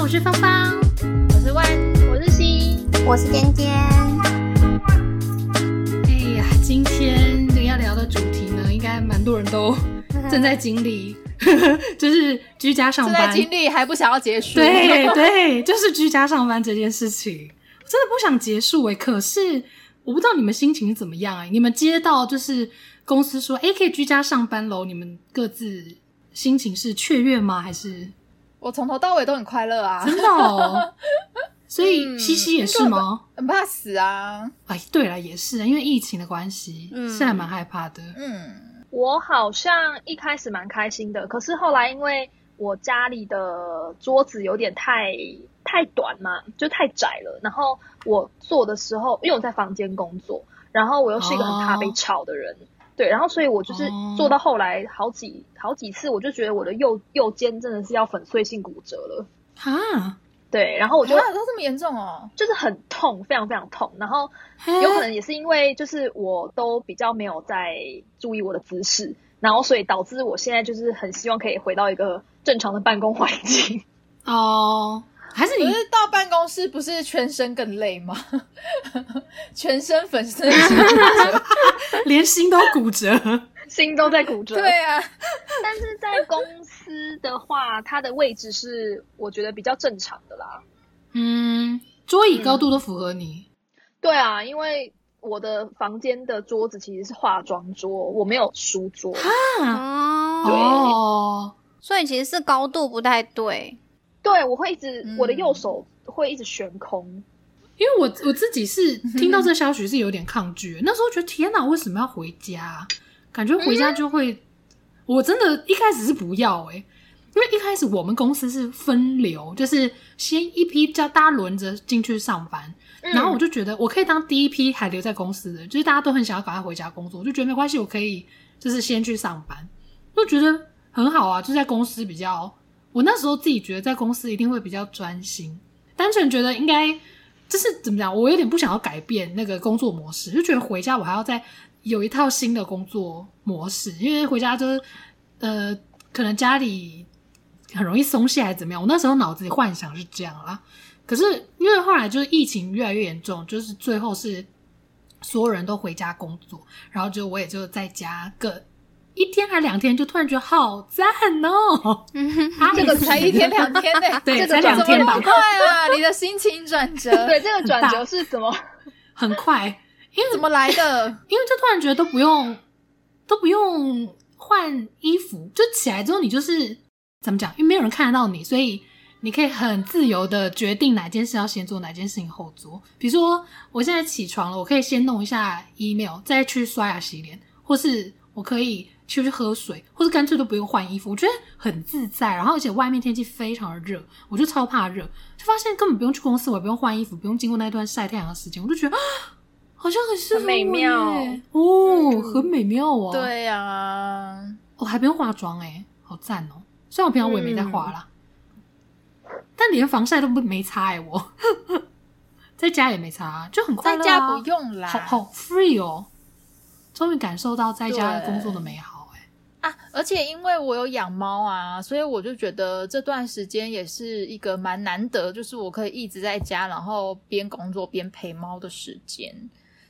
我是芳芳，我是万，我是西。我是尖尖，哎呀，今天这个要聊的主题呢，应该蛮多人都正在经历， 就是居家上正在班。经历，还不想要结束。对对，就是居家上班这件事情，我真的不想结束哎、可是我不知道你们心情是怎么样哎、你们接到就是公司说哎、可以居家上班喽，你们各自心情是雀跃吗？还是我从头到尾都很快乐啊，真的哦？所以嗯 西西也是吗？很怕死啊。哎，对了，也是因为疫情的关系，嗯是还蛮害怕的。嗯，我好像一开始蛮开心的，可是后来因为我家里的桌子有点太太短嘛，就太窄了。然后我坐的时候，因为我在房间工作，然后我又是一个很怕被哦吵的人，对，然后所以我就是哦坐到后来好几好几次，我就觉得我的右右肩真的是要粉碎性骨折了，哈，对，然后我我觉就得啊都这么严重哦。就是很痛，非常非常痛，然后。嘿有可能也是因为就是我都比较没有在注意我的姿势，然后所以导致我现在就是很希望可以回到一个正常的办公环境。 哦，还是可嗯你是到办公室不是全身更累吗？ 全身粉 身是骨折连心都骨 折心都 在骨折，对啊，但是在公司的话，它的位置是我觉得比较正常的啦。嗯，桌椅高度都符合你。对啊，因为我的房间的桌子其实是化妆桌，我没有书桌。嗯哦，哦，所以其实是高度不太对，对，我会一直、嗯我的右手会一直悬空。因为我我自己是嗯听到这消息是有点抗拒的，那时候觉得天哪，为什么要回家？感觉回嗯家就会，我真的一开始是不要哎、因为一开始我们公司是分流，就是先一批叫大家轮着进去上班，嗯然后我就觉得我可以当第一批还留在公司的，就是大家都很想要赶快回家工作，我就觉得没关系，我可以就是先去上班，就觉得很好啊，就在公司比较，我那时候自己觉得在公司一定会比较专心，单纯觉得应该就是怎么讲，我有点不想要改变那个工作模式，就觉得回家我还要再有一套新的工作模式，因为回家就是呃，可能家里很容易松懈还是怎么样，我那时候脑子里幻想是这样啦。可是因为后来就是疫情越来越严重，就是最后是所有人都回家工作，然后就我也就在家个一天还两天，就突然觉得好赞哦！啊这个才一天两天呢，对这个才两天吧怎么那么快啊！你的心情转 折嗯对这个转很大折是怎么？ 很快，怎么来的？因为就突然觉得都不用都不用换衣服，就起来之后你就是怎么讲，因为没有人看得到你，所以你可以很自由的决定哪件事要先做，哪件事情后做。比如说我现在起床了，我可以先弄一下 email，再去刷牙洗脸，或是我可以。去去喝水，或是干脆都不用换衣服，我觉得很自在。然后，而且外面天气非常的热，我就超怕热，就发现根本不用去公司，我也不用换衣服，不用经过那段晒太阳的时间，我就觉得啊好像很适合很美我耶妙哦，很美妙哦。，嗯对啊，我、还不用化妆哎、好赞哦！虽然我平常我也没在嗯化啦，但连防晒都不没擦哎、我 在家也没擦，就很快乐、啊。在家不用啦。好好 free 哦，终于感受到在家对工作的美好哎、啊，而且因为我有养猫啊，所以我就觉得这段时间也是一个蛮难得，就是我可以一直在家，然后边工作边陪猫的时间，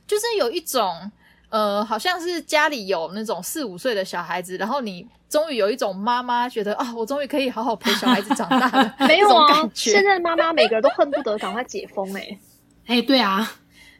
就是有一种呃，好像是家里有那种四五岁的小孩子，然后你终于有一种妈妈觉得啊，我终于可以好好陪小孩子长大 了 没有那哦种啊感，觉现在的妈妈每个人都恨不得赶快解封哎、 哎、对啊，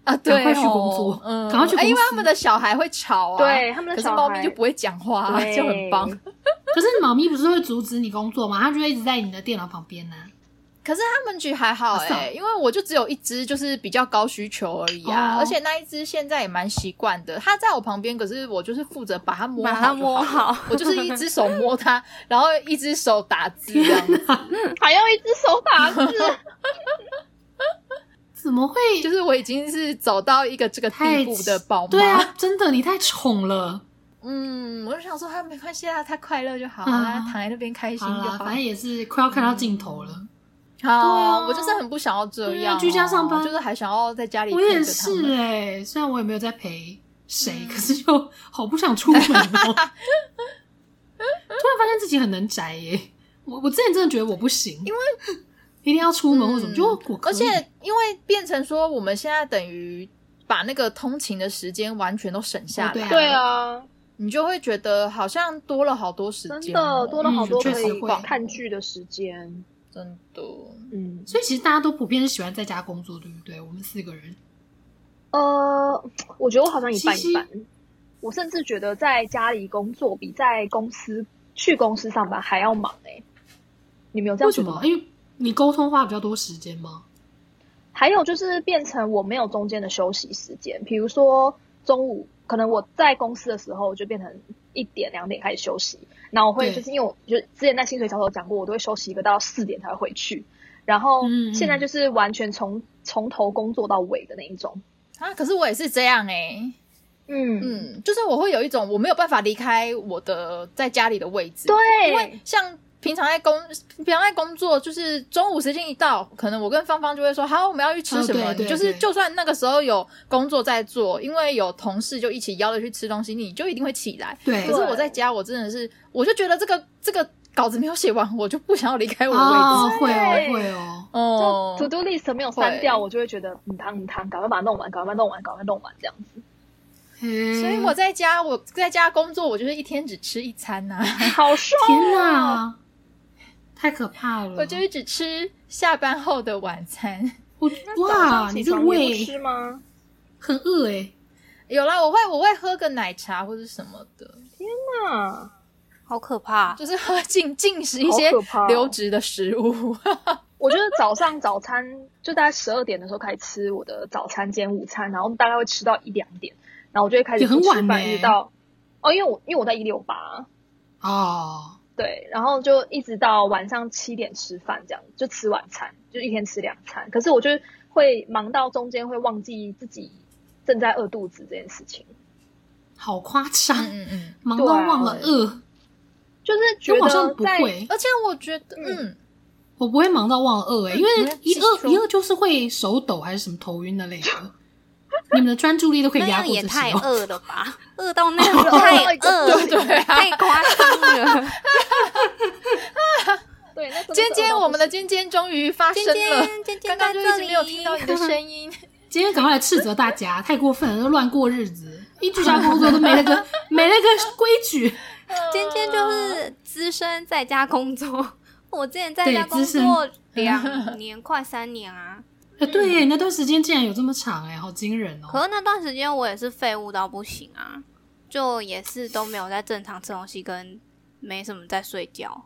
啊，对、哦，赶快去工作嗯，赶快去哎因为公司他们的小孩会吵啊，对他们的可是小猫孩咪就不会讲话、啊，对就很棒。可是猫咪不是会阻止你工作吗？它就会一直在你的电脑旁边呢、啊可是他们局还好啊是啊哎、因为我就只有一只，就是比较高需求而已啊。哦而且那一只现在也蛮习惯的，它在我旁边，可是我就是负责 把它摸好，把它摸。好。我就是一只手 摸它，然后一只手打字这样子，还要一只手打字， 怎么会就是我已经是走到一个这个太地步的宝妈。对啊，真的你太宠了。嗯，我就想说，他没关系啊，他快乐就好啊啊，躺在那边开心好就啦，好。反正也是快要看到尽头了。好、啊我就是很不想要这对啊样、哦居家上班就是还想要在家里我陪也着他们是哎、虽然我也没有在陪嗯谁，可是就好不想出门哦。突然发现自己很能宅耶、我我之前真的觉得我不行，因为一定要出门或什么，嗯就我可以而且因为变成说，我们现在等于把那个通勤的时间完全都省下哦对来，啊对啊，你就会觉得好像多了好多时真间哦，的多了好嗯多确可实以会看剧的时间。真的。嗯，所以其实大家都普遍是喜欢在家工作，对不对？我们四个人，呃，我觉得我好像一半其实一半。我甚至觉得在家里工作比在公司去公司上班还要忙哎、你们有这为样什觉得吗么？？因为你沟通花比较多时间吗？还有就是变成我没有中间的休息时间，比如说中午，可能我在公司的时候就变成一点两点开始休息，然后我会对就是因为我就之前在薪水小手讲过，我都会休息一个到四点才会回去，然后嗯嗯现在就是完全从从头工作到尾的那一种。啊，可是我也是这样哎、嗯，嗯，就是我会有一种我没有办法离开我的在家里的位置，因为对，像平常在工平常在工作，就是中午时间一到，可能我跟芳芳就会说好，我们要去吃哦什么。对对你就对是就算那个时候有工作在做，因为有同事就一起邀着去吃东西，你就一定会起来。对可是我在家，我真的是我就觉得这个这个稿子没有写完，我就不想要离开我的位哦置。，会哦，对会哦。哦，就 to do list 没有删掉，会我就会觉得嗯汤嗯汤，赶快把它弄完，赶快弄完，赶快弄完这样子。所所以我在家我在家工作，我就是一天只吃一餐啊呐、好 啊爽！天哪，太可怕了！我就是只吃下班后的晚餐。我早哇，上你起这床个你不胃吃吗？很饿哎、有啦，我会我会喝个奶茶或者什么的，啊，好可怕，就是喝进进食一些好可怕哦流质的食物。我就是早上早餐就大概十二点的时候开始吃我的早餐兼午餐，然后大概会吃到一两点，然后我就会开始也很不吃晚饭，呢一直到哦，因为我因为我在一六八，哦，对，然后就一直到晚上七点吃饭，这样就吃晚餐，就一天吃两餐。可是我就会忙到中间会忘记自己正在饿肚子这件事情，好夸张，嗯嗯嗯。忙到忘了饿。就是觉我好像得不在会， 而且我觉得，嗯，我不会忙到忘了饿哎、因为嗯一继续饿说一饿就是会手抖还是什么头晕的类的。 你们的专注力都可以那压样过也这些太哦。饿了吧，饿到那样 太饿对哦对了，啊太夸张 了。对那真的是尖尖，饿到我们的尖尖终于发声尖了。尖尖刚尖在刚就这里，一直没有听到你的声音，今天赶快来斥责大家，太过分了，都乱过日子，一居家工作都没那个没那个规矩。尖尖就是资深在家工 作，我之前在对家工资深作两年快三年啊，哎、对耶，那段时间竟然有这么长哎、好惊人哦！可是那段时间我也是废物到不行啊，就也是都没有在正常吃东西，跟没什么在睡觉。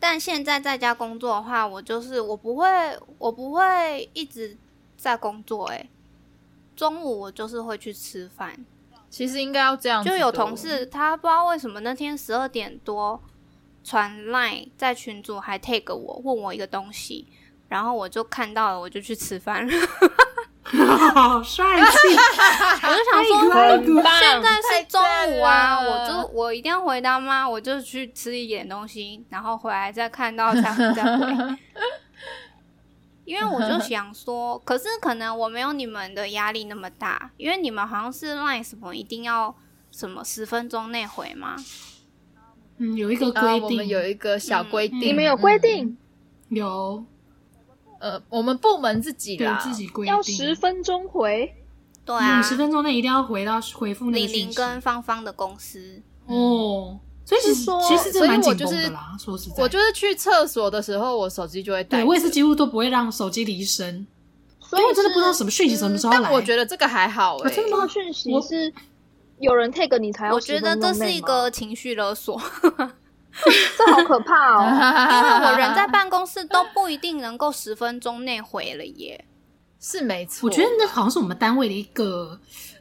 但现在在家工作的话，我就是我不会，我不会一直在工作、欸。中午我就是会去吃饭，其实应该要这样子就的哦。有同事他不知道为什么那天十二点多传 line 在群组还 tag 我，问我一个东西，然后我就看到了，我就去吃饭了。 好帅气，我就想说，很棒，现在是中午啊，嗯太赞我了就我一定要回答吗？我就去吃一点东西，然后回来再看到才再回。因为我就想说，可是可能我没有你们的压力那么大，因为你们好像是 line 什么一定要什么十分钟内回嘛，嗯，有一个规啊，我定，嗯们有一个小规定，你们有规定有嗯？呃，我们部门自己对啦，自己规定，要十分钟回，对嗯，啊，十分钟内一定要回到回复那个李讯玲息跟芳芳的公司，哦，所以其是实说其实这蛮紧绷所以的我啦。说实在，我就是去厕所的时候，我手机就会带对着。我也是几乎都不会让手机离身，所因以为我真的不知道是什么讯息什么时候嗯但来。我觉得这个还好哎、啊真的这 吗个讯息我是有人 take 你才要嗯我觉得10分这钟是内一吗个情绪勒索，这好可怕 哦！因为我人在办公室都不一定能够十分钟内回了耶。是没 错，我觉得那好像是我们单位的一个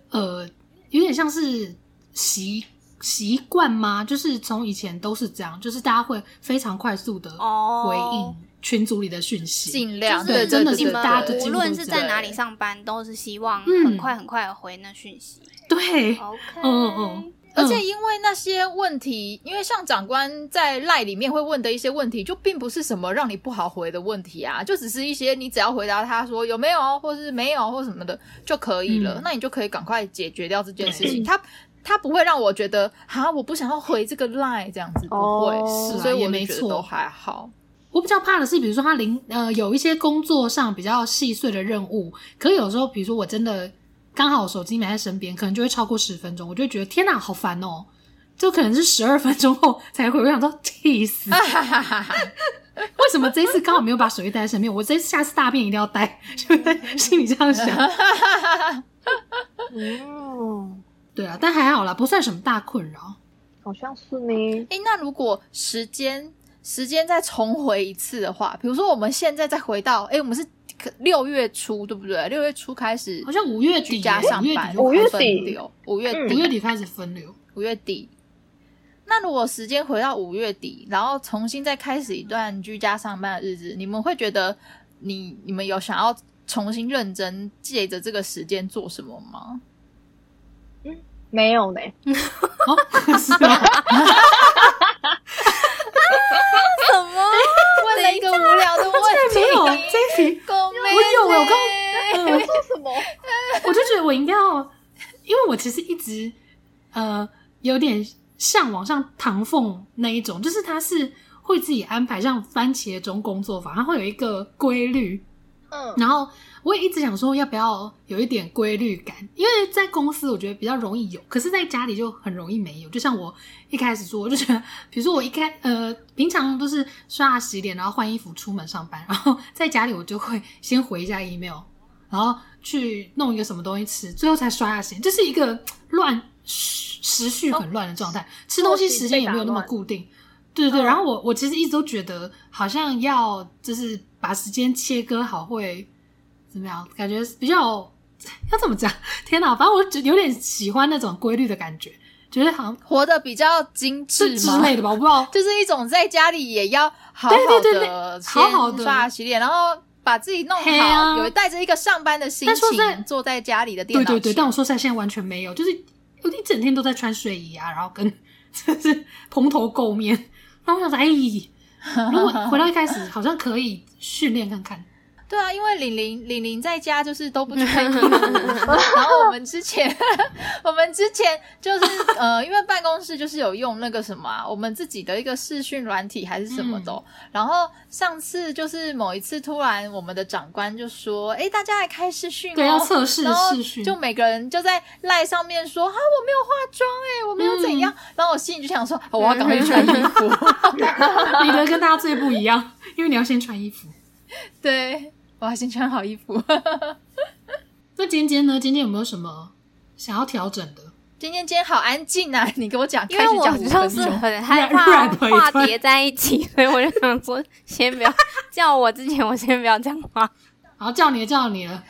呃，有点像是习习惯吗？就是从以前都是这样，就是大家会非常快速的哦回应群组里的讯息。尽量对就是真的是你们大家就无进入论是在对哪里上班，都是希望嗯很快很快地回那讯息。对， OK，嗯嗯而且因为那些问题，因为像长官在赖里面会问的一些问题，就并不是什么让你不好回的问题啊，就只是一些你只要回答他说有没有，或是没有或什么的就可以了，嗯那你就可以赶快解决掉这件事情。他他不会让我觉得啊，我不想要回这个赖这样子，不会，哦是啊所以也我没就觉得错都还好。我比较怕的是，比如说他临呃有一些工作上比较细碎的任务，可有时候比如说我真的刚好手机没在身边，可能就会超过十分钟，我就会觉得天哪，好烦哦。就可能是十二分钟后 才回，我想说气死！为什么这一次刚好没有把手机带在身边？我这次下次大便一定要带，就在 心里这样想。哦，对啊，但还好啦，不算什么大困扰。好像是呢。诶，那如果时间时间再重回一次的话，比如说我们现在再回到，诶，我们是可六月初对不对？六月初开始，好像五月底居耶家上班，五月底分流，五月嗯五底，月底开始分流，五月底。那如果时间回到五月底，然后重新再开始一段居家上班的日子，你们会觉得你你们有想要重新认真借着这个时间做什么吗？没有呢，哦， 是吗？什么？问了一个无聊的问题，没有哦这一题，狗妹我有欸我刚嘞嗯，我做什么？我就觉得我应该要，因为我其实一直呃有点向往像唐凤那一种，就是他是会自己安排像番茄钟工作法，它会有一个规律，嗯，然后我也一直想说，要不要有一点规律感？因为在公司我觉得比较容易有，可是在家里就很容易没有。就像我一开始说，我就觉得，比如说我一开呃，平常都是刷牙、洗脸，然后换衣服出门上班，然后在家里我就会先回一下 email，然后去弄一个什么东西吃，最后才刷牙洗脸，这是一个乱时时序很乱的状态。吃东西时间也没有那么固定，对对对。嗯然后我我其实一直都觉得，好像要就是把时间切割好会怎么样？感觉比较要怎么讲？天哪，反正我就有点喜欢那种规律的感觉，觉得好像活得比较精致是之吗？类的吧，我不知 道。就是一种在家里也要好好对对对的对好好的先刷牙洗脸，然后把自己弄嘿啊好，有带着一个上班的心但说实在情坐在家里的电对脑前。对对，但我说实在，现在完全没有，就是我一整天都在穿睡衣啊，然后跟 就是蓬头垢面，然后我想说，哎，如 果回到一开始，好像可以训练看看。对啊，因为玲玲玲玲在家就是都不穿衣服， 然后我们之前 我们之前就是呃，因为办公室就是有用那个什么、啊，我们自己的一个视讯软体还是什么的哦、嗯然后上次就是某一次突然我们的长官就说：“哎，大家来开视讯、哦，对，要测试然后试训，就每个人就在赖上面说啊，我没有化妆哎、我没有怎样。嗯然后我心里就想说，哦我要赶快去 穿衣服。你的跟大家最不一样，因为你要先穿衣服。对，我要先穿好衣服。 那尖尖呢？尖尖有没有什么想要调整的？今天今天好安静啊！你给我讲，因开为始我讲五分就是钟。 很害乱怕乱回话转叠在一起，所以我就想说，先不要叫我之前，我先不要讲 话。好，叫你了，叫你了，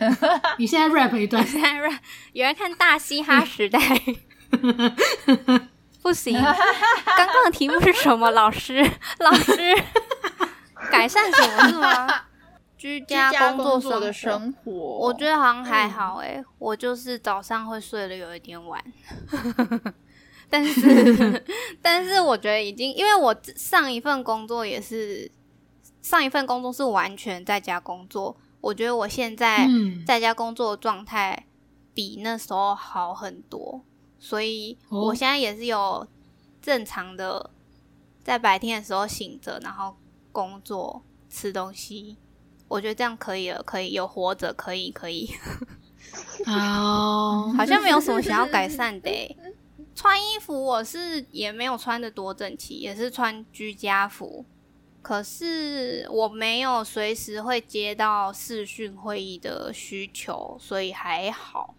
你现在 rap 一段。现在 rap 有人看大嘻哈时 代，不行，刚刚的题目是什么？老师，老 师，改善什么是吗？ 居家工作的生活。生活，我我觉得好像还好诶、我就是早上会睡得有一点晚， 但是 但是我觉得已经，因为我上一份工作也是上一份工作是完全在家工作，我觉得我现在嗯，在家工作的状态比那时候好很多，所以哦我现在也是有正常的在白天的时候醒着，然后工作、吃东西。我觉得这样可以了，可以有活着，可以可 以，哦，好像没有什么想要改善的欸、 穿衣服我是也没有穿的多整齐，也是穿居家服，可是我没有随时会接到视讯会议的需求，所以还好。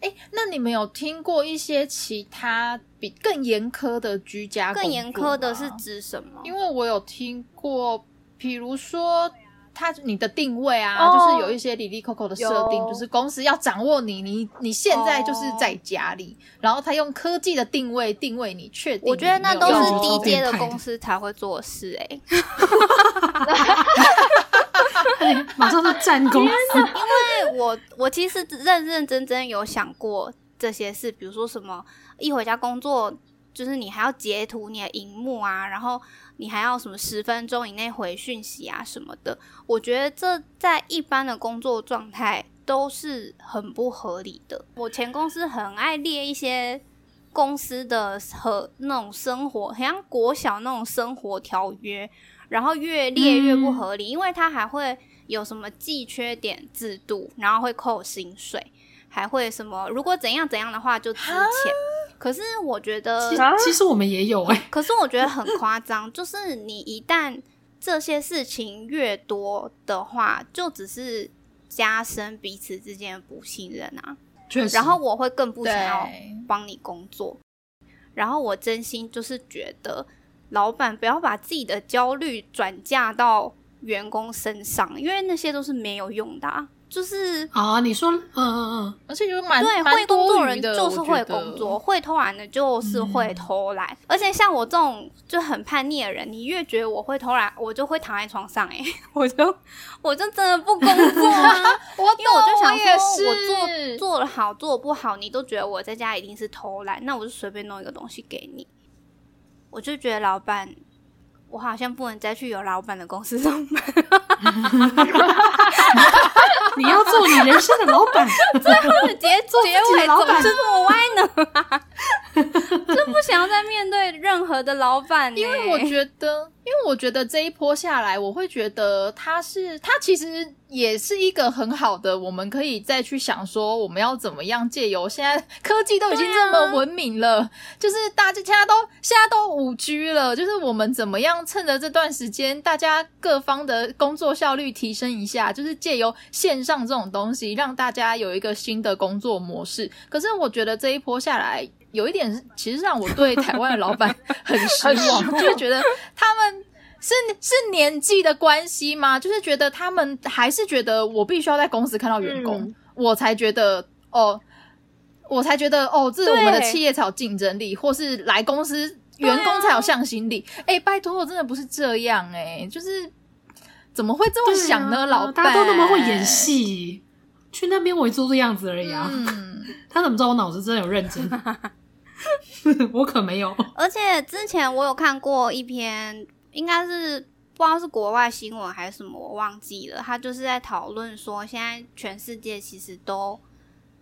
哎，那你们有听过一些其他比更严苛的居家工更作严苛的是吗指什么？因为我有听过，比如说他你的定位啊，哦就是有一些里里扣扣的设定，有就是公司要掌握你，你你现在就是在家里，然后他用科技的定位定位你，确定哦我觉得你没那有都用是过低阶变的态的公司才会做的事、欸，马上就站公司。因为我我其实认认真真有想过这些事，比如说什么一回家工作，就是你还要截图你的荧幕啊，然后你还要什么十分钟以内回讯息啊什么的。我觉得这在一般的工作状态都是很不合理的。我前公司很爱列一些。公司的和那种生活，很像国小那种生活条约，然后越列越不合理，因为它还会有什么记缺点制度，然后会扣薪水，还会什么如果怎样怎样的话就支钱。可是我觉得其实啊其实我们也有哎、可是我觉得很夸张，就是你一旦这些事情越多的话，就只是加深彼此之间的不信任啊。确实。然后我会更不想要对帮你工作。然后我真心就是觉得，老板不要把自己的焦虑转嫁到员工身上，因为那些都是没有用的、啊。就是啊，你说，嗯嗯嗯，而且有蛮对，蛮会工作多人余的就是我会觉得嗯工作，会偷懒的就是会偷懒。而且像我这种就很叛逆的人，你越觉得我会偷懒，我就会躺在床上、欸，哎， 我就我就真的不工作、 啊，我因为我就想懂也说，我是做做的好，做得不好，你都觉得我在家一定是偷懒，那我就随便弄一个东西给你。我就觉得老板，我好像不能再去有老板的公司上班。你要做你人生的老板，结 结自己的尾老总板是这么歪呢、 就不想要再面对任何的老板、欸因为我觉得，因为我觉得这一波下来，我会觉得他是他其实也是一个很好的，我们可以再去想说我们要怎么样借由现在科技都已经这么文明了，就是大家现在都现在都五 G 了，就是我们怎么样趁着这段时间，大家各方的工作效率提升一下，就是借由线上这种东西，让大家有一个新的工作模式。可是我觉得这一波下来。有一点是，其实让我对台湾的老板很失望，就是觉得他们是是年纪的关系吗？就是觉得他们还是觉得我必须要在公司看到员工，嗯我才觉得哦，我才觉得哦，这是我们的对企业才有竞争力，或是来公司员工才有向心力。啊哎、拜托，真的不是这样哎、就是怎么会这么想呢？对啊老大板家都那么会演，戏，去那边我也做做样子而已啊。嗯，他怎么知道我脑子真的有认真？ 我可没有。而且之前我有看过一篇，应该是不知道是国外新闻还是什么，我忘记了。他就是在讨论说，现在全世界其实都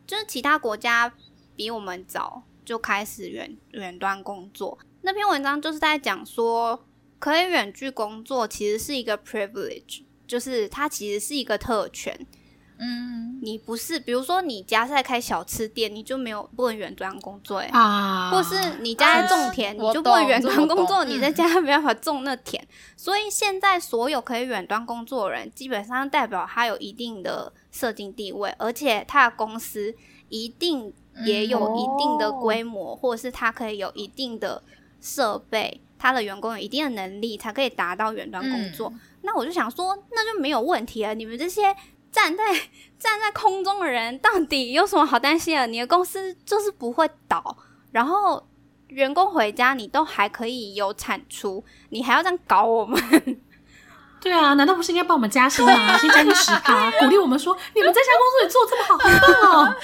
就是其他国家比我们早就开始远远端工作。那篇文章就是在讲说，可以远距工作其实是一个 privilege，就是它其实是一个特权。嗯，你不是，比如说你家是在开小吃店，你就没有不能远端工作、欸，啊，或是你家在种田，啊你就不能远端工我作，懂你在家没办法种那田。所以现在所有可以远端工作的人，基本上代表他有一定的社经地位，而且他的公司一定也有嗯一定的哦规模，或者是他可以有一定的设备，他的员工有一定的能力，才可以达到远端工作。嗯那我就想说，那就没有问题了。你们这些站在站在空中的人，到底有什么好担心的？啊你的公司就是不会倒，然后员工回家，你都还可以有产出，你还要这样搞我们？ 对啊，难道不是应该帮我们加薪吗？先加薪十趴，鼓励我们说你们在家工作也做得这么好，很棒哦。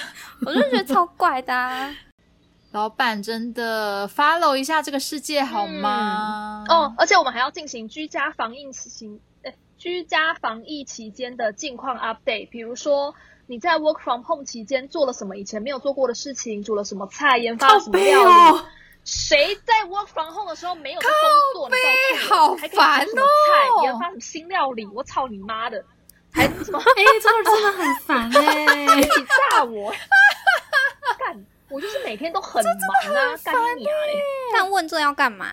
我就觉得超怪的、 啊。老板真的 follow 一下这个世界好吗？嗯哦，，而且我们还要进行居家防疫期行，哎，居家防疫期间的近况 update，比如说你在 work from home 期间做了什么以前没有做过的事情，煮了什么菜，研发了靠什么背料理。哦，谁在 work from home 的时候没有在工作？你告诉我好烦哦还可以做什么菜研发什么新料理？我操你妈的！还什么哎，这个真的很烦哎、一起炸我？干！我就是每天都很忙啊，干你娘嘞！但问这要干嗯嘛？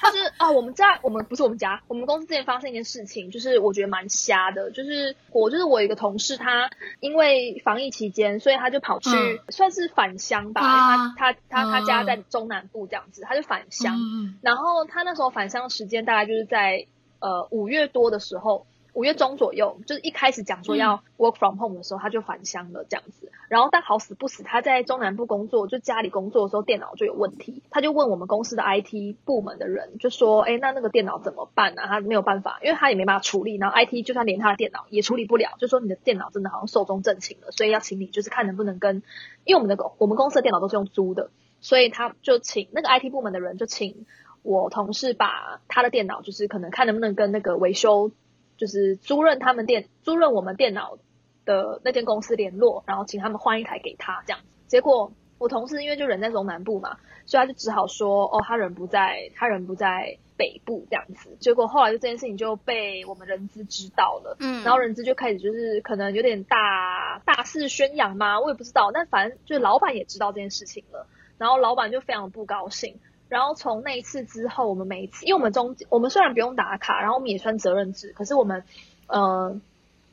他就是啊，我们家我们不是我们家，我们公司之前发生一件事情，就是我觉得蛮瞎的，就是我就是我有一个同事，他因为防疫期间，所以他就跑去、嗯算是返乡吧，啊他他他他家在嗯中南部这样子，他就返乡，嗯，然后他那时候返乡时间大概就是在呃五月多的时候，五月中左右，就是一开始讲说要 work from home 的时候，他就返乡了这样子。然后但好死不死，他在中南部工作，就家里工作的时候电脑就有问题，他就问我们公司的 IT 部门的人，就说：“哎，那那个电脑怎么办呢、啊？”他没有办法，因为他也没办法处理。然后 IT 就算连他的电脑也处理不了，就说你的电脑真的好像寿终正寝了，所以要请你就是看能不能跟，因为我们的公我们公司的电脑都是用租的，所以他就请那个 IT 部门的人就请我同事把他的电脑，就是可能看能不能跟那个维修，就是租赁他们电租赁我们电脑的那间公司联络，然后请他们换一台给他这样子。结果我同事因为就人在中南部嘛，所以他就只好说哦，他人不在，他人不在北部这样子。结果后来就这件事情就被我们人资知道了，嗯，然后人资就开始就是可能有点大大肆宣扬嘛，我也不知道，但反正就是老板也知道这件事情了，然后老板就非常不高兴。然后从那一次之后，我们每一次，因为我们中我们虽然不用打卡，然后我们也算责任制，可是我们呃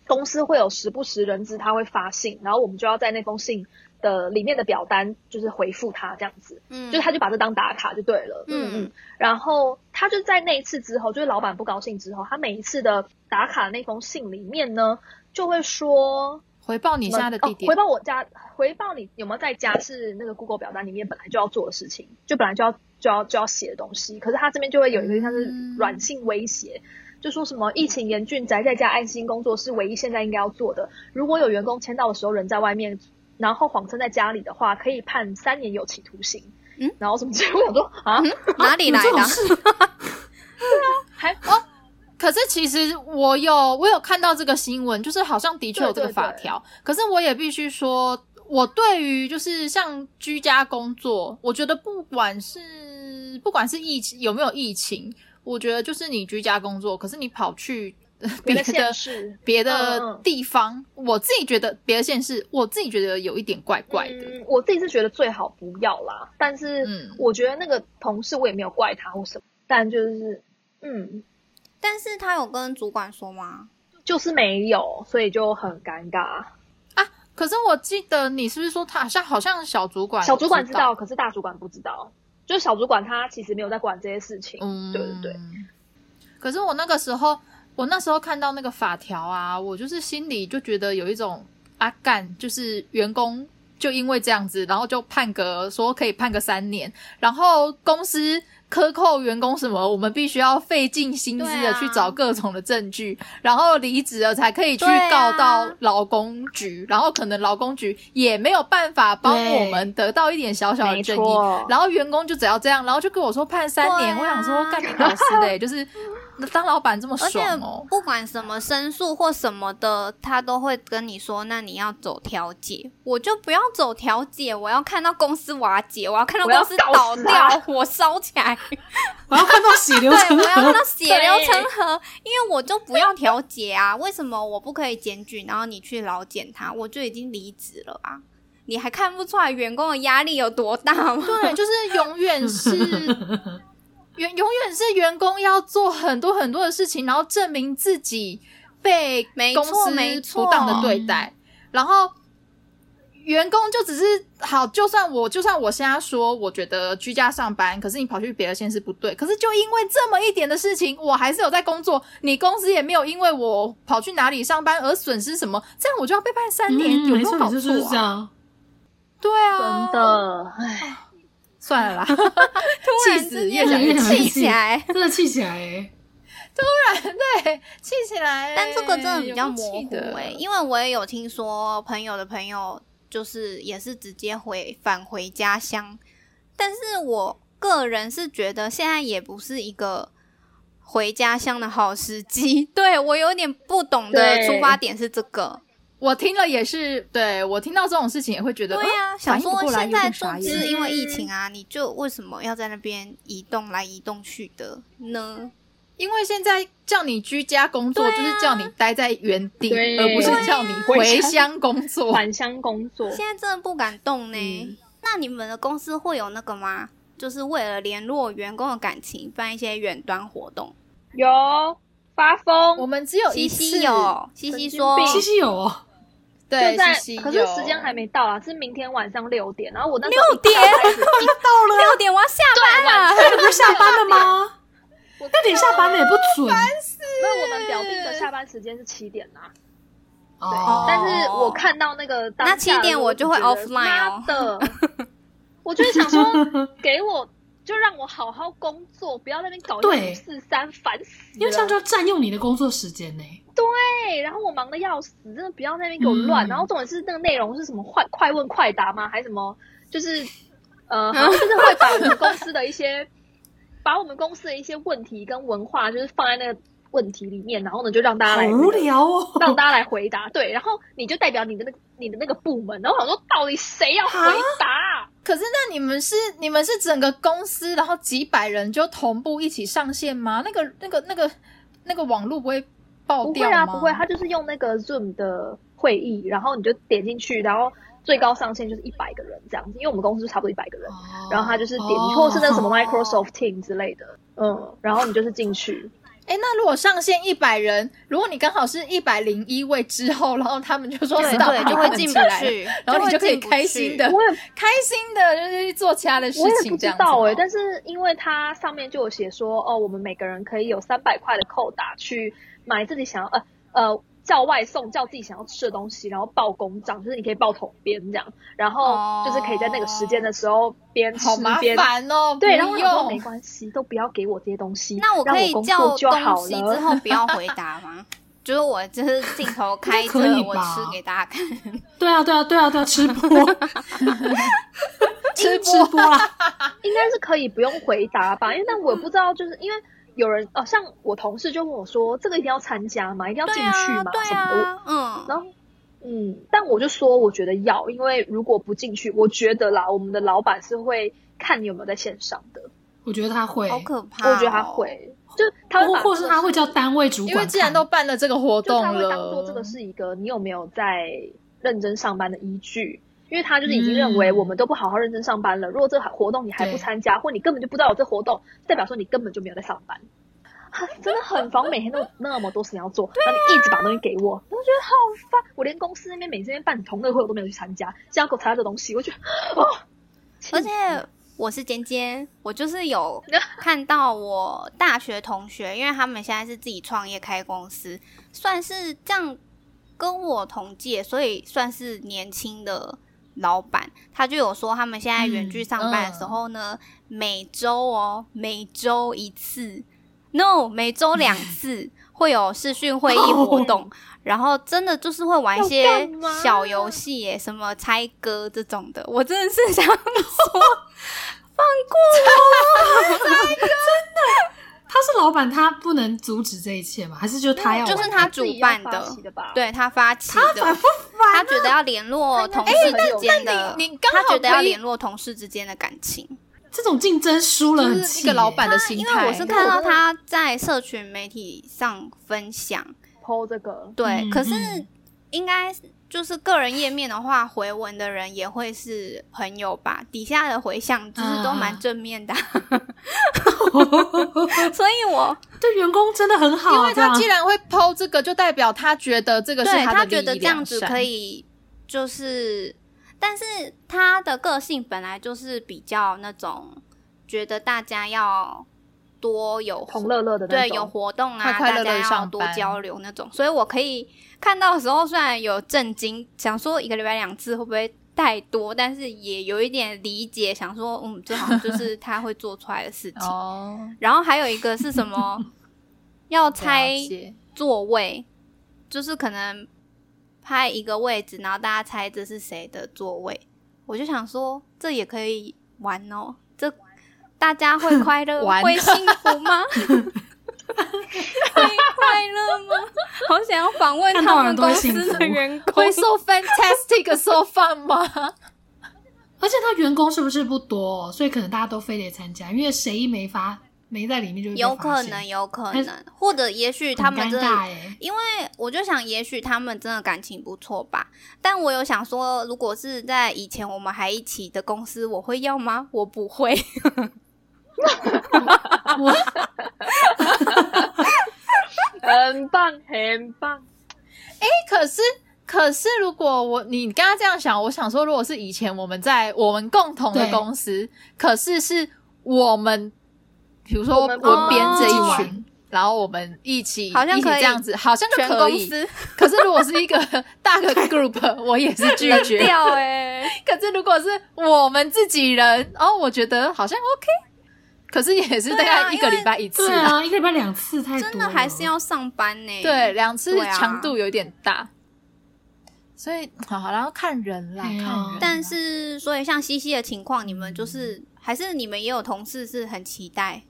公司会有时不时人资他会发信，然后我们就要在那封信的里面的表单就是回复他这样子。嗯就是他就把这当打卡就对了，嗯嗯嗯，然后他就在那一次之后，就是老板不高兴之后，他每一次的打卡那封信里面呢，就会说回报你现在的地哦，点，回报我家，回报你有没有在家是那个 Google 表单里面本来就要做的事情，就本来就要就要就要写的东西，可是他这边就会有一个像是嗯软性威胁。就说什么疫情严峻，宅在家安心工作是唯一现在应该要做的。如果有员工签到的时候人在外面，然后谎称在家里的话，可以判三年有期徒刑。嗯， 然后什么之类的，我想说啊，嗯哪里来有这的种啊？事？还可是其实我有我有看到这个新闻，就是好像的确有这个法条，可是我也必须说，我对于就是像居家工作，我觉得不管是不管是疫情有没有疫情，我觉得就是你居家工作，可是你跑去呃别别的的 县市别嗯的嗯地方，我自己觉得别的县市，我自己觉得有一点怪怪的。嗯。我自己是觉得最好不要啦，但是嗯我觉得那个同事我也没有怪他或什么，但就是嗯，但是他有跟主管说吗？就是没有，所以就很尴尬。可是我记得你是不是说他好像好像小主管小主管知道，可是大主管不知道。就是小主管他其实没有在管这些事情，嗯，对对对。。可是我那个时候，我那时候看到那个法条啊，我就是心里就觉得有一种啊干，就是员工就因为这样子，然后就判个说可以判个三年，然后公司。克扣员工什么？我们必须要费尽心思对的啊去找各种的证据，然后离职了才可以去对啊告到劳工局，然后可能劳工局也没有办法帮对我们得到一点小小的没正义，错，然后员工就只要这样，然后就跟我说判三年，哦对啊我想说干你老师 嘞，就是当老板这么而且爽哦。不管什么申诉或什么的，他都会跟你说，那你要走调解，我就不要走调解，我要看到公司瓦解，我要看到我要公司倒搞死他掉，火烧起 来，我要看到血流对， 成我要看河。到血流成河，因为我就不要调解啊，为什么我不可以检举，然后你去劳检他，我就已经离职了啊，你还看不出来员工的压力有多大吗？对，就是永 远是员，永远是员工要做很多很多的事情，然后证明自己被没公错司没错不当的对待，然后。员工就只是好，就算我就算我现在说，我觉得居家上班，可是你跑去别的县市不对，可是就因为这么一点的事情，我还是有在工作，你公司也没有因为我跑去哪里上班而损失什么，这样我就要被判三年，嗯，没有没有错，搞你错、这啊？就是这样。对啊，真，的，唉，算了啦，突然气死之越间想越气 气起来。真的气起来、欸，对，气起来。但这个真的比较哎有模气糊的哎、因为我也有听说朋友的朋友就是也是直接回返回家乡，但是我个人是觉得现在也不是一个回家乡的好时机。 对我有点不懂的对出发点是这个，我听了也是，对我听到这种事情也会觉得，对呀、啊，想反应不说过来现有在点就傻是眼。嗯因为疫情啊，你就为什么要在那边移动来移动去的呢？因为现在叫你居家工作，对啊就是叫你待在原地，对而不是叫你回乡工作。返乡工作，现在真的不敢动呢。嗯那你们的公司会有那个吗？就是为了联络员工的感情，办一些远端活动。有发我疯，们只有西哦一次，西有，西西说神经病西西有哦，对就在西西，可是时间还没到啊，是明天晚上六点。然后我那时候六点一开始一到了，啊六点我要下班了。那你不是下班了吗？那点下班了也不准那我们表弟的下班时间是七点啊啦，哦。但是我看到那个当那七下点的我就会觉得 offline 哦妈 的，我就是想说，给我就让我好好工作，不要在那边搞对一四三，烦死了。因为这样就要占用你的工作时间呢、对，然后我忙的要死，真的不要在那边给我乱。嗯然后重点是那个内容是什么快快问快答吗？还是什么？就是呃， 好像就是会把我们公司的一些，把我们公司的一些问题跟文化，就是放在那个问题里面，然后呢就让大家好来无聊 让哦。大家来回答。对，然后你就代表你的那个你的那个部门，然后我想说，到底谁要回答啊、可是那你们是你们是整个公司，然后几百人就同步一起上线吗？那个那个那个那个网络不会爆不会掉啊，吗？不会，他就是用那个 Zoom 的会议，然后你就点进去，然后最高上限就是一百个人这样子，因为我们公司就差不多一百个人，哦然后他就是点进去，或是那个什么 Microsoft Team 之类的，嗯，然后你就是 进去，哎，那如果上限一百人，如果你刚好是一百零一位之后，然后他们就说对 stop，对，就会进不来了，去，然后你就可以进不开去心的我也开心的就是做其他的事我也情，不这知样子道哦哎、但是因为它上面就有写说，哦，我们每个人可以有三百块的扣打去买自己想要呃呃叫外送，叫自己想要吃的东西，然后报公账，就是你可以报统编这样，然哦后就是可以在那个时间的时候边吃好麻边。烦哦，对，然后不我想说没用。关系，都不要给我这些东西，那我让可以工叫作就好东西之了。后不要回答吗？就是我就是镜头开应该着可以，我吧吃给大家看。对啊，对啊，对啊，对啊，吃播，吃吃播啦，应该是可以不用回答吧，因为但我也不知道，就是因为有人哦，像我同事就问我说，这个一定要参加吗？一定要对进去啊，吗？对什么的。啊，嗯，哦然后，嗯，但我就说，我觉得要，因为如果不进去，我觉得啦，我们的老板是会看你有没有在线上的，我觉得他会，好可怕、哦我觉得他，会，就他会哦或把或这是个他事会叫单位主因管看，为既然都办了这个活就动他会当了做，这个是一个你有没有在认真上班的依据。因为他就是已经认嗯为我们都不好好认真上班了，如果这个活动你还不对参加，或你根本就不知道有这活动，代表说你根本就没有在上班，啊真的很烦。每天都有那么多事情要做，啊然后你一直把东西给我，我就觉得好烦。我连公司那边每次那边办同乐会我都没有去参加，现在要给我参加这东西，我觉得哦，气而且我是尖尖，我就是有看到我大学同学， 因为他们现在是自己创业开公司，算是这样跟我同届，所以算是年轻的老板。他就有说，他们现在远距上班的时候呢，嗯每周哦，每周一次，no，每周两次会有视讯会议活 动。然后真的就是会玩一要些干嘛啊小游戏耶，什么猜歌这种的，我真的是想说，他是老板，他不能阻止这一切嘛？还是就他要玩，就是他他啊自己主要办发的起的吧对他发起的，他觉得要联络同事之间的，那你你刚好他觉得要可以联络同事之间的感情。这种竞争输了就很是一气耶个老板的心因态。啊为我是看到他在社群媒体上分享，剖这个，对，嗯可是嗯应该就是个人页面的话，回文的人也会是朋友吧，底下的回响就是都蛮嗯正面 的，啊所以我对员工真的很哦好啊，因为他这既样然会剖这个，就代表他觉得这个是对的他利益觉得这样子良善可。以，就是，但是他的个性本来就是比较那种觉得大家要多有同乐乐的那对，种有活动啊，快快乐乐大地家要上多班交流那种。所以我可以看到的时候，虽然有震惊，想说一个礼拜两次会不会太多，但是也有一点理解，想说，嗯，这好像就是他会做出来的事情。 哦，然后还有一个是什么？ 要猜了解座位，就是可能拍一个位置，然后大家猜这是谁的座位。我就想说，这也可以玩哦，这大家 会快乐、玩会幸福吗？会快乐吗？好想要访问看到他人们都会公幸福司的员工会。so fantastic so fun 吗？而且他员工是不是不多、所以可能大家都非得参加，因为谁一没发没在里面就会被有发可现能，有可但是能，或者也许他们很真尴的尬哎、因为我就想，也许他们真的感情不错吧。但我有想说，如果是在以前我们还一起的公司，我会要吗？我不会。我很棒，很棒。哎可是。可是，如果我你刚刚这样想，我想说，如果是以前我们在我们共同的对公司，可是是我们，比如说我我们们不哦编自这己一玩群，然后我们一起好像一起可以这样子，好像就全可公以。司可是如果是一个大 的 group，我也是拒绝。掉哎、可是如果是我们自己人，哦，我觉得好像 OK。可是也是大对啊概一个因为礼拜一次对啦，啊，一个礼拜两次太多了，真的还是要上班呢、对，两次对啊强度有点大，所以好好，然后看人啦，哎看呀人啦。但是所以像西西的情况，你们就是还是你们也有同事是很期待，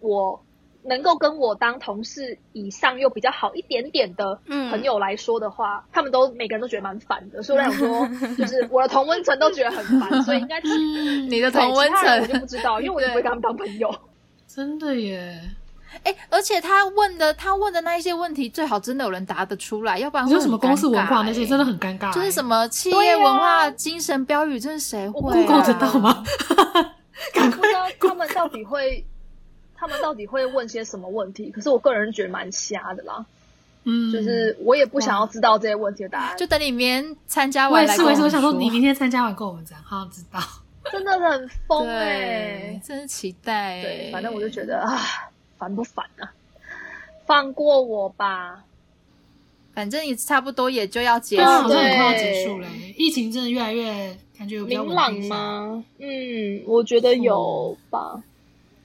我能够跟我当同事以上又比较好一点点的嗯朋友来说的话，他们都每个人都觉得蛮烦的。所以我想说，就是我的同温层都觉得很烦，所以应该 是嗯，你的对同温其他人我就 层，不知道，因为我也不会跟他们当朋友。真的耶，哎、而且他问的他问的那一些问题，最好真的有人答得出来，要不然你啊说会很什么公司文化尴尬那些欸真的很尴尬欸，就是什么企对业啊文化、精神标语，这是谁会、啊、 Google 得到吗？赶不快知道他们到底会，他们到底会问些什么问题？可是我个人觉得蛮瞎的啦，嗯，就是我也不想要知道这些问题的答案，就等你明天参加我完也来是，跟我也们是，说。我想说你明天参加完跟我们讲，好知道。真的很疯哎、对，真是期待、欸。对，反正我就觉得啊，烦不烦啊？放过我吧。反正也差不多也就要结对啊，束好像了。很快要对结束了欸，疫情真的越来越感觉有比较明稳朗定下来？吗？嗯，我觉得有吧。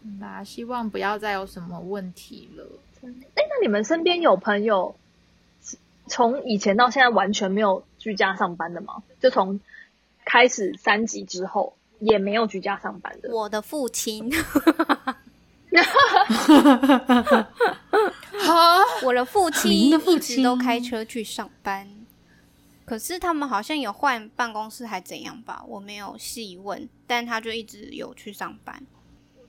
嗯吧，希望不要再有什么问题 了。哎、那你们身边有朋友从以前到现在完全没有居家上班的吗？就从开始三级之后也没有居家上班的。我的父亲，好， 我的父啊亲您的父一直都亲开车去上班，可是他们好像有换办公室还怎样吧，我没有细问，但他就一直有去上班。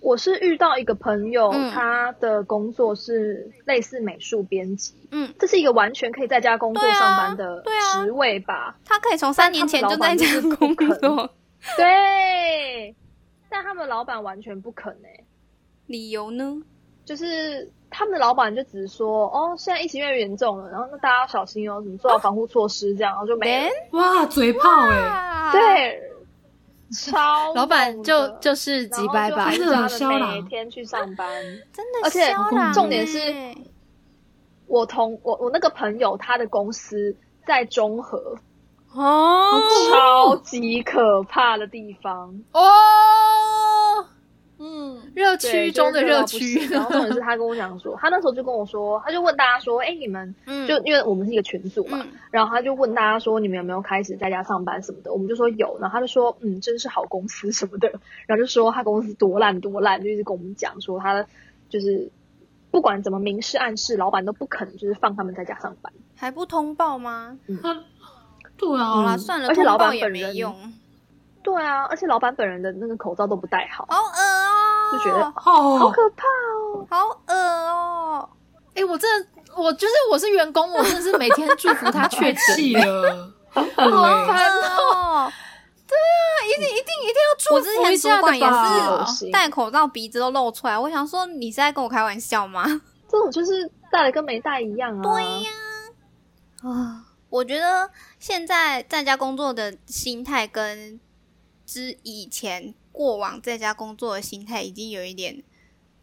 我是遇到一个朋友，嗯他的工作是类似美术编辑，嗯，这是一个完全可以在家工作对啊上班的对啊职位吧？ 他可以从三年前就在家工但他们老板就是不作，对，但他们老板完全不肯哎、理由呢？就是他们的老板就只说哦，现在疫情越来越严重了，然后那大家要小心哦，怎么做好防护措施这样，然后就没了。 哇，嘴炮哎，啊，对，超老板猛就的就是几然后拜就吧还。是是很让嚣他张们每天去上班。真的，而且肖朗重点是欸我同我我那个朋友他的公司在中和，啊哦，超级可怕的地方，哦，嗯，热对区中的热就是区热到不行。然后重点是他跟我讲说，他那时候就跟我说，他就问大家说，哎、你们嗯就因为我们是一个群组嘛，嗯然后他就问大家说，你们有没有开始在家上班什么的？我们就说有，然后他就说，嗯，真是好公司什么的，然后就说他公司多烂多烂，就一直跟我们讲说他就是不管怎么明示暗示，老板都不肯就是放他们在家上班。还不通报吗？他对好啦，啊，算了，而且通老报板也本没人用，对啊，而且老板本人的那个口罩都不戴好，好恶哦，就觉得好哦，可怕。好恶哦， 哎、我真的，我就是我是员工，我真的是每天祝 福哦他太确诊。气了，好对，烦哦。一定一定一定要祝我之福一前下主管的也吧？是戴口罩，鼻子都露出来。我想说，你是在跟我开玩笑吗？这种就是戴了跟没戴一样啊。对呀、啊，我觉得现在在家工作的心态跟之以前过往在家工作的心态已经有一点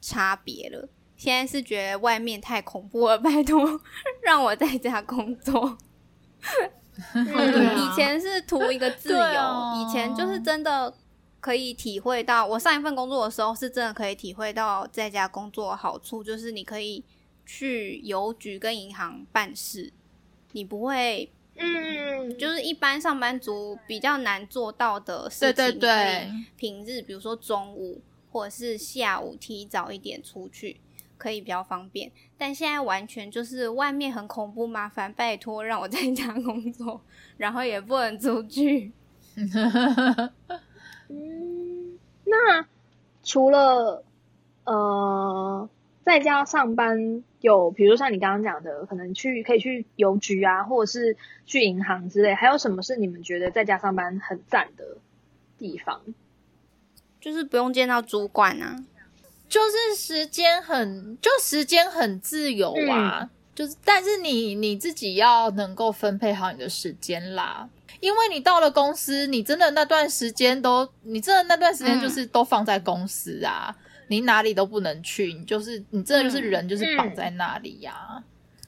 差别了。现在是觉得外面太恐怖了，拜托让我在家工 作。哦对啊以前是图一个自由，对啊以前就是真的可以体会到，我上一份工作的时候是真的可以体会到在家工作的好处，就是你可以去邮局跟银行办事，你不会嗯，就是一般上班族比较难做到的事情。对对对，，平日比如说中午或者是下午提早一点出去，可以比较方便。但现在完全就是外面很恐怖，麻烦拜托让我在家工作，然后也不能出去。嗯，那除了呃在家上班有，比如说像你刚刚讲的，可能去可以去邮局啊，或者是去银行之类，还有什么是你们觉得在家上班很赞的地方？就是不用见到主管啊， 就是时间很，就时间很自由啊。嗯就是，但是你你自己要能够分配好你的时间啦，因为你到了公司，你真的那段时间都，你真的那段时间嗯就是都放在公司啊，你哪里都不能去，你就是你真的嗯就是人就是绑在那里呀、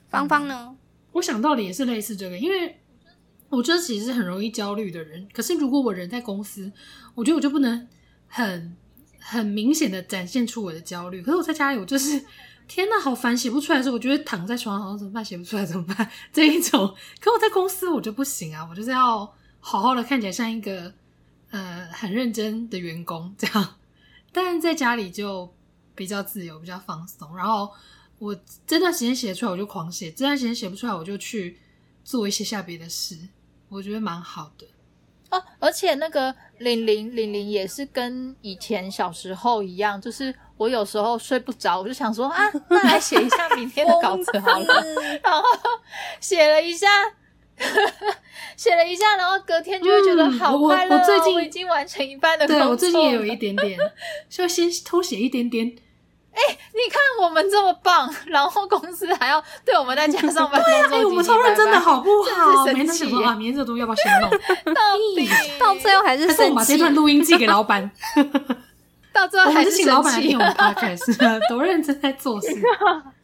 芳芳呢？我想到的也是类似这个，因为我就是其实是很容易焦虑的人。可是如果我人在公司，我觉得我就不能很很明显的展现出我的焦虑。可是我在家里，我就是天呐，好烦，写不出来的时候，我就会躺在床上怎么办？写不出来怎么办？这一种。可我在公司我就不行啊，我就是要好好的看起来像一个呃很认真的员工这样。但在家里就比较自由，比较放松。然后我这段时间写出来，我就狂写；这段时间写不出来，我就去做一些下别的事，我觉得蛮好的。哦，而且那个玲玲玲玲也是跟以前小时候一样，就是我有时候睡不着，我就想说啊，那来写一下明天的稿子好了，然后写了一下。 写了一下，然后隔天就会觉得嗯好我快乐、哦我最近已经完成一半的工对作我最近也有了一点 点，就先偷写一点点。你看我们这么棒，然后公司还要对我们再加 上班工作，哎，我们超认真的，好不好？真每是天神都奇想说啊，明天这东西要不要先 弄？到底 到最后还是还是我生们把这气。段录音寄给老板，到最 我后还们就是请老板来生气听我们 podcast，多 认真在做事，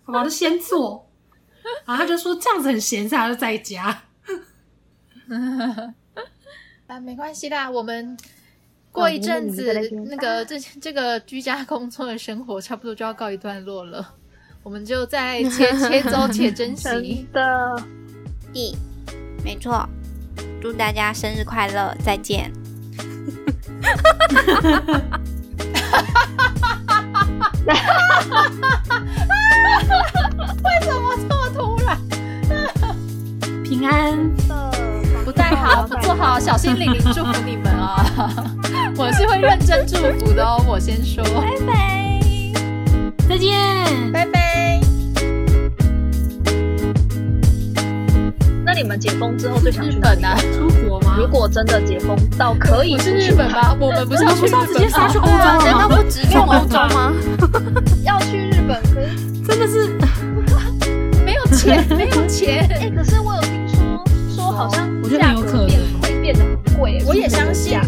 好吧，我就先做。然后他就说这样子很闲，所以他就在家。啊，没关系啦，我们过一阵子哦你们你那们在那边个这这个居家工作的生活差不多就要告一段落了，我们就再且 且走且珍惜真，的。咦没错，祝大家生日快乐，再见。这么突然，平安，不太好，不做好，小心玲玲祝福你们啊、 我是会认真祝福的哦，我先说，再见。拜拜。那你们解封之后最想去日哪本里？啊，出国吗？如果真的解封到可以不出是去日本玩，吗？我们不是要去不日是要本直接杀去欧洲对啊，难了道吗？不直 面欧洲吗？要去日本可真是的是没有钱，没有钱。哎、可是我有听说说好像我觉得价很有可格能变会变得很贵、 我也相信呢、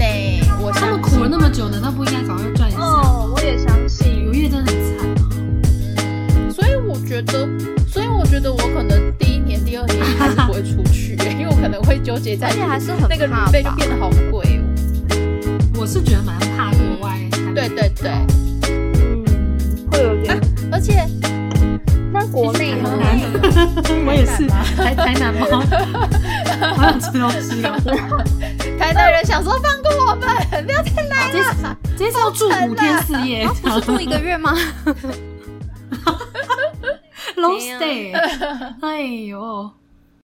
我他相们信苦了那么久，难道不应该赶快赚一下？哦，我也相信旅游。业真的很惨啊！所以我觉得，所以我觉得我可能第一年、第二年还是不会出去、 因为我可能会纠结在而且还是很那个旅怕费就吧变得好贵哦。我是觉得蛮怕国外。对对对，哦嗯，会有点。而且啊那国内台呢？南， 我也是台台南猫，好想吃东西哦。 台南人想说放过我们，不要再来这了。这次要住五天四夜不啊是住一个月吗？ ，long stay。哎呦，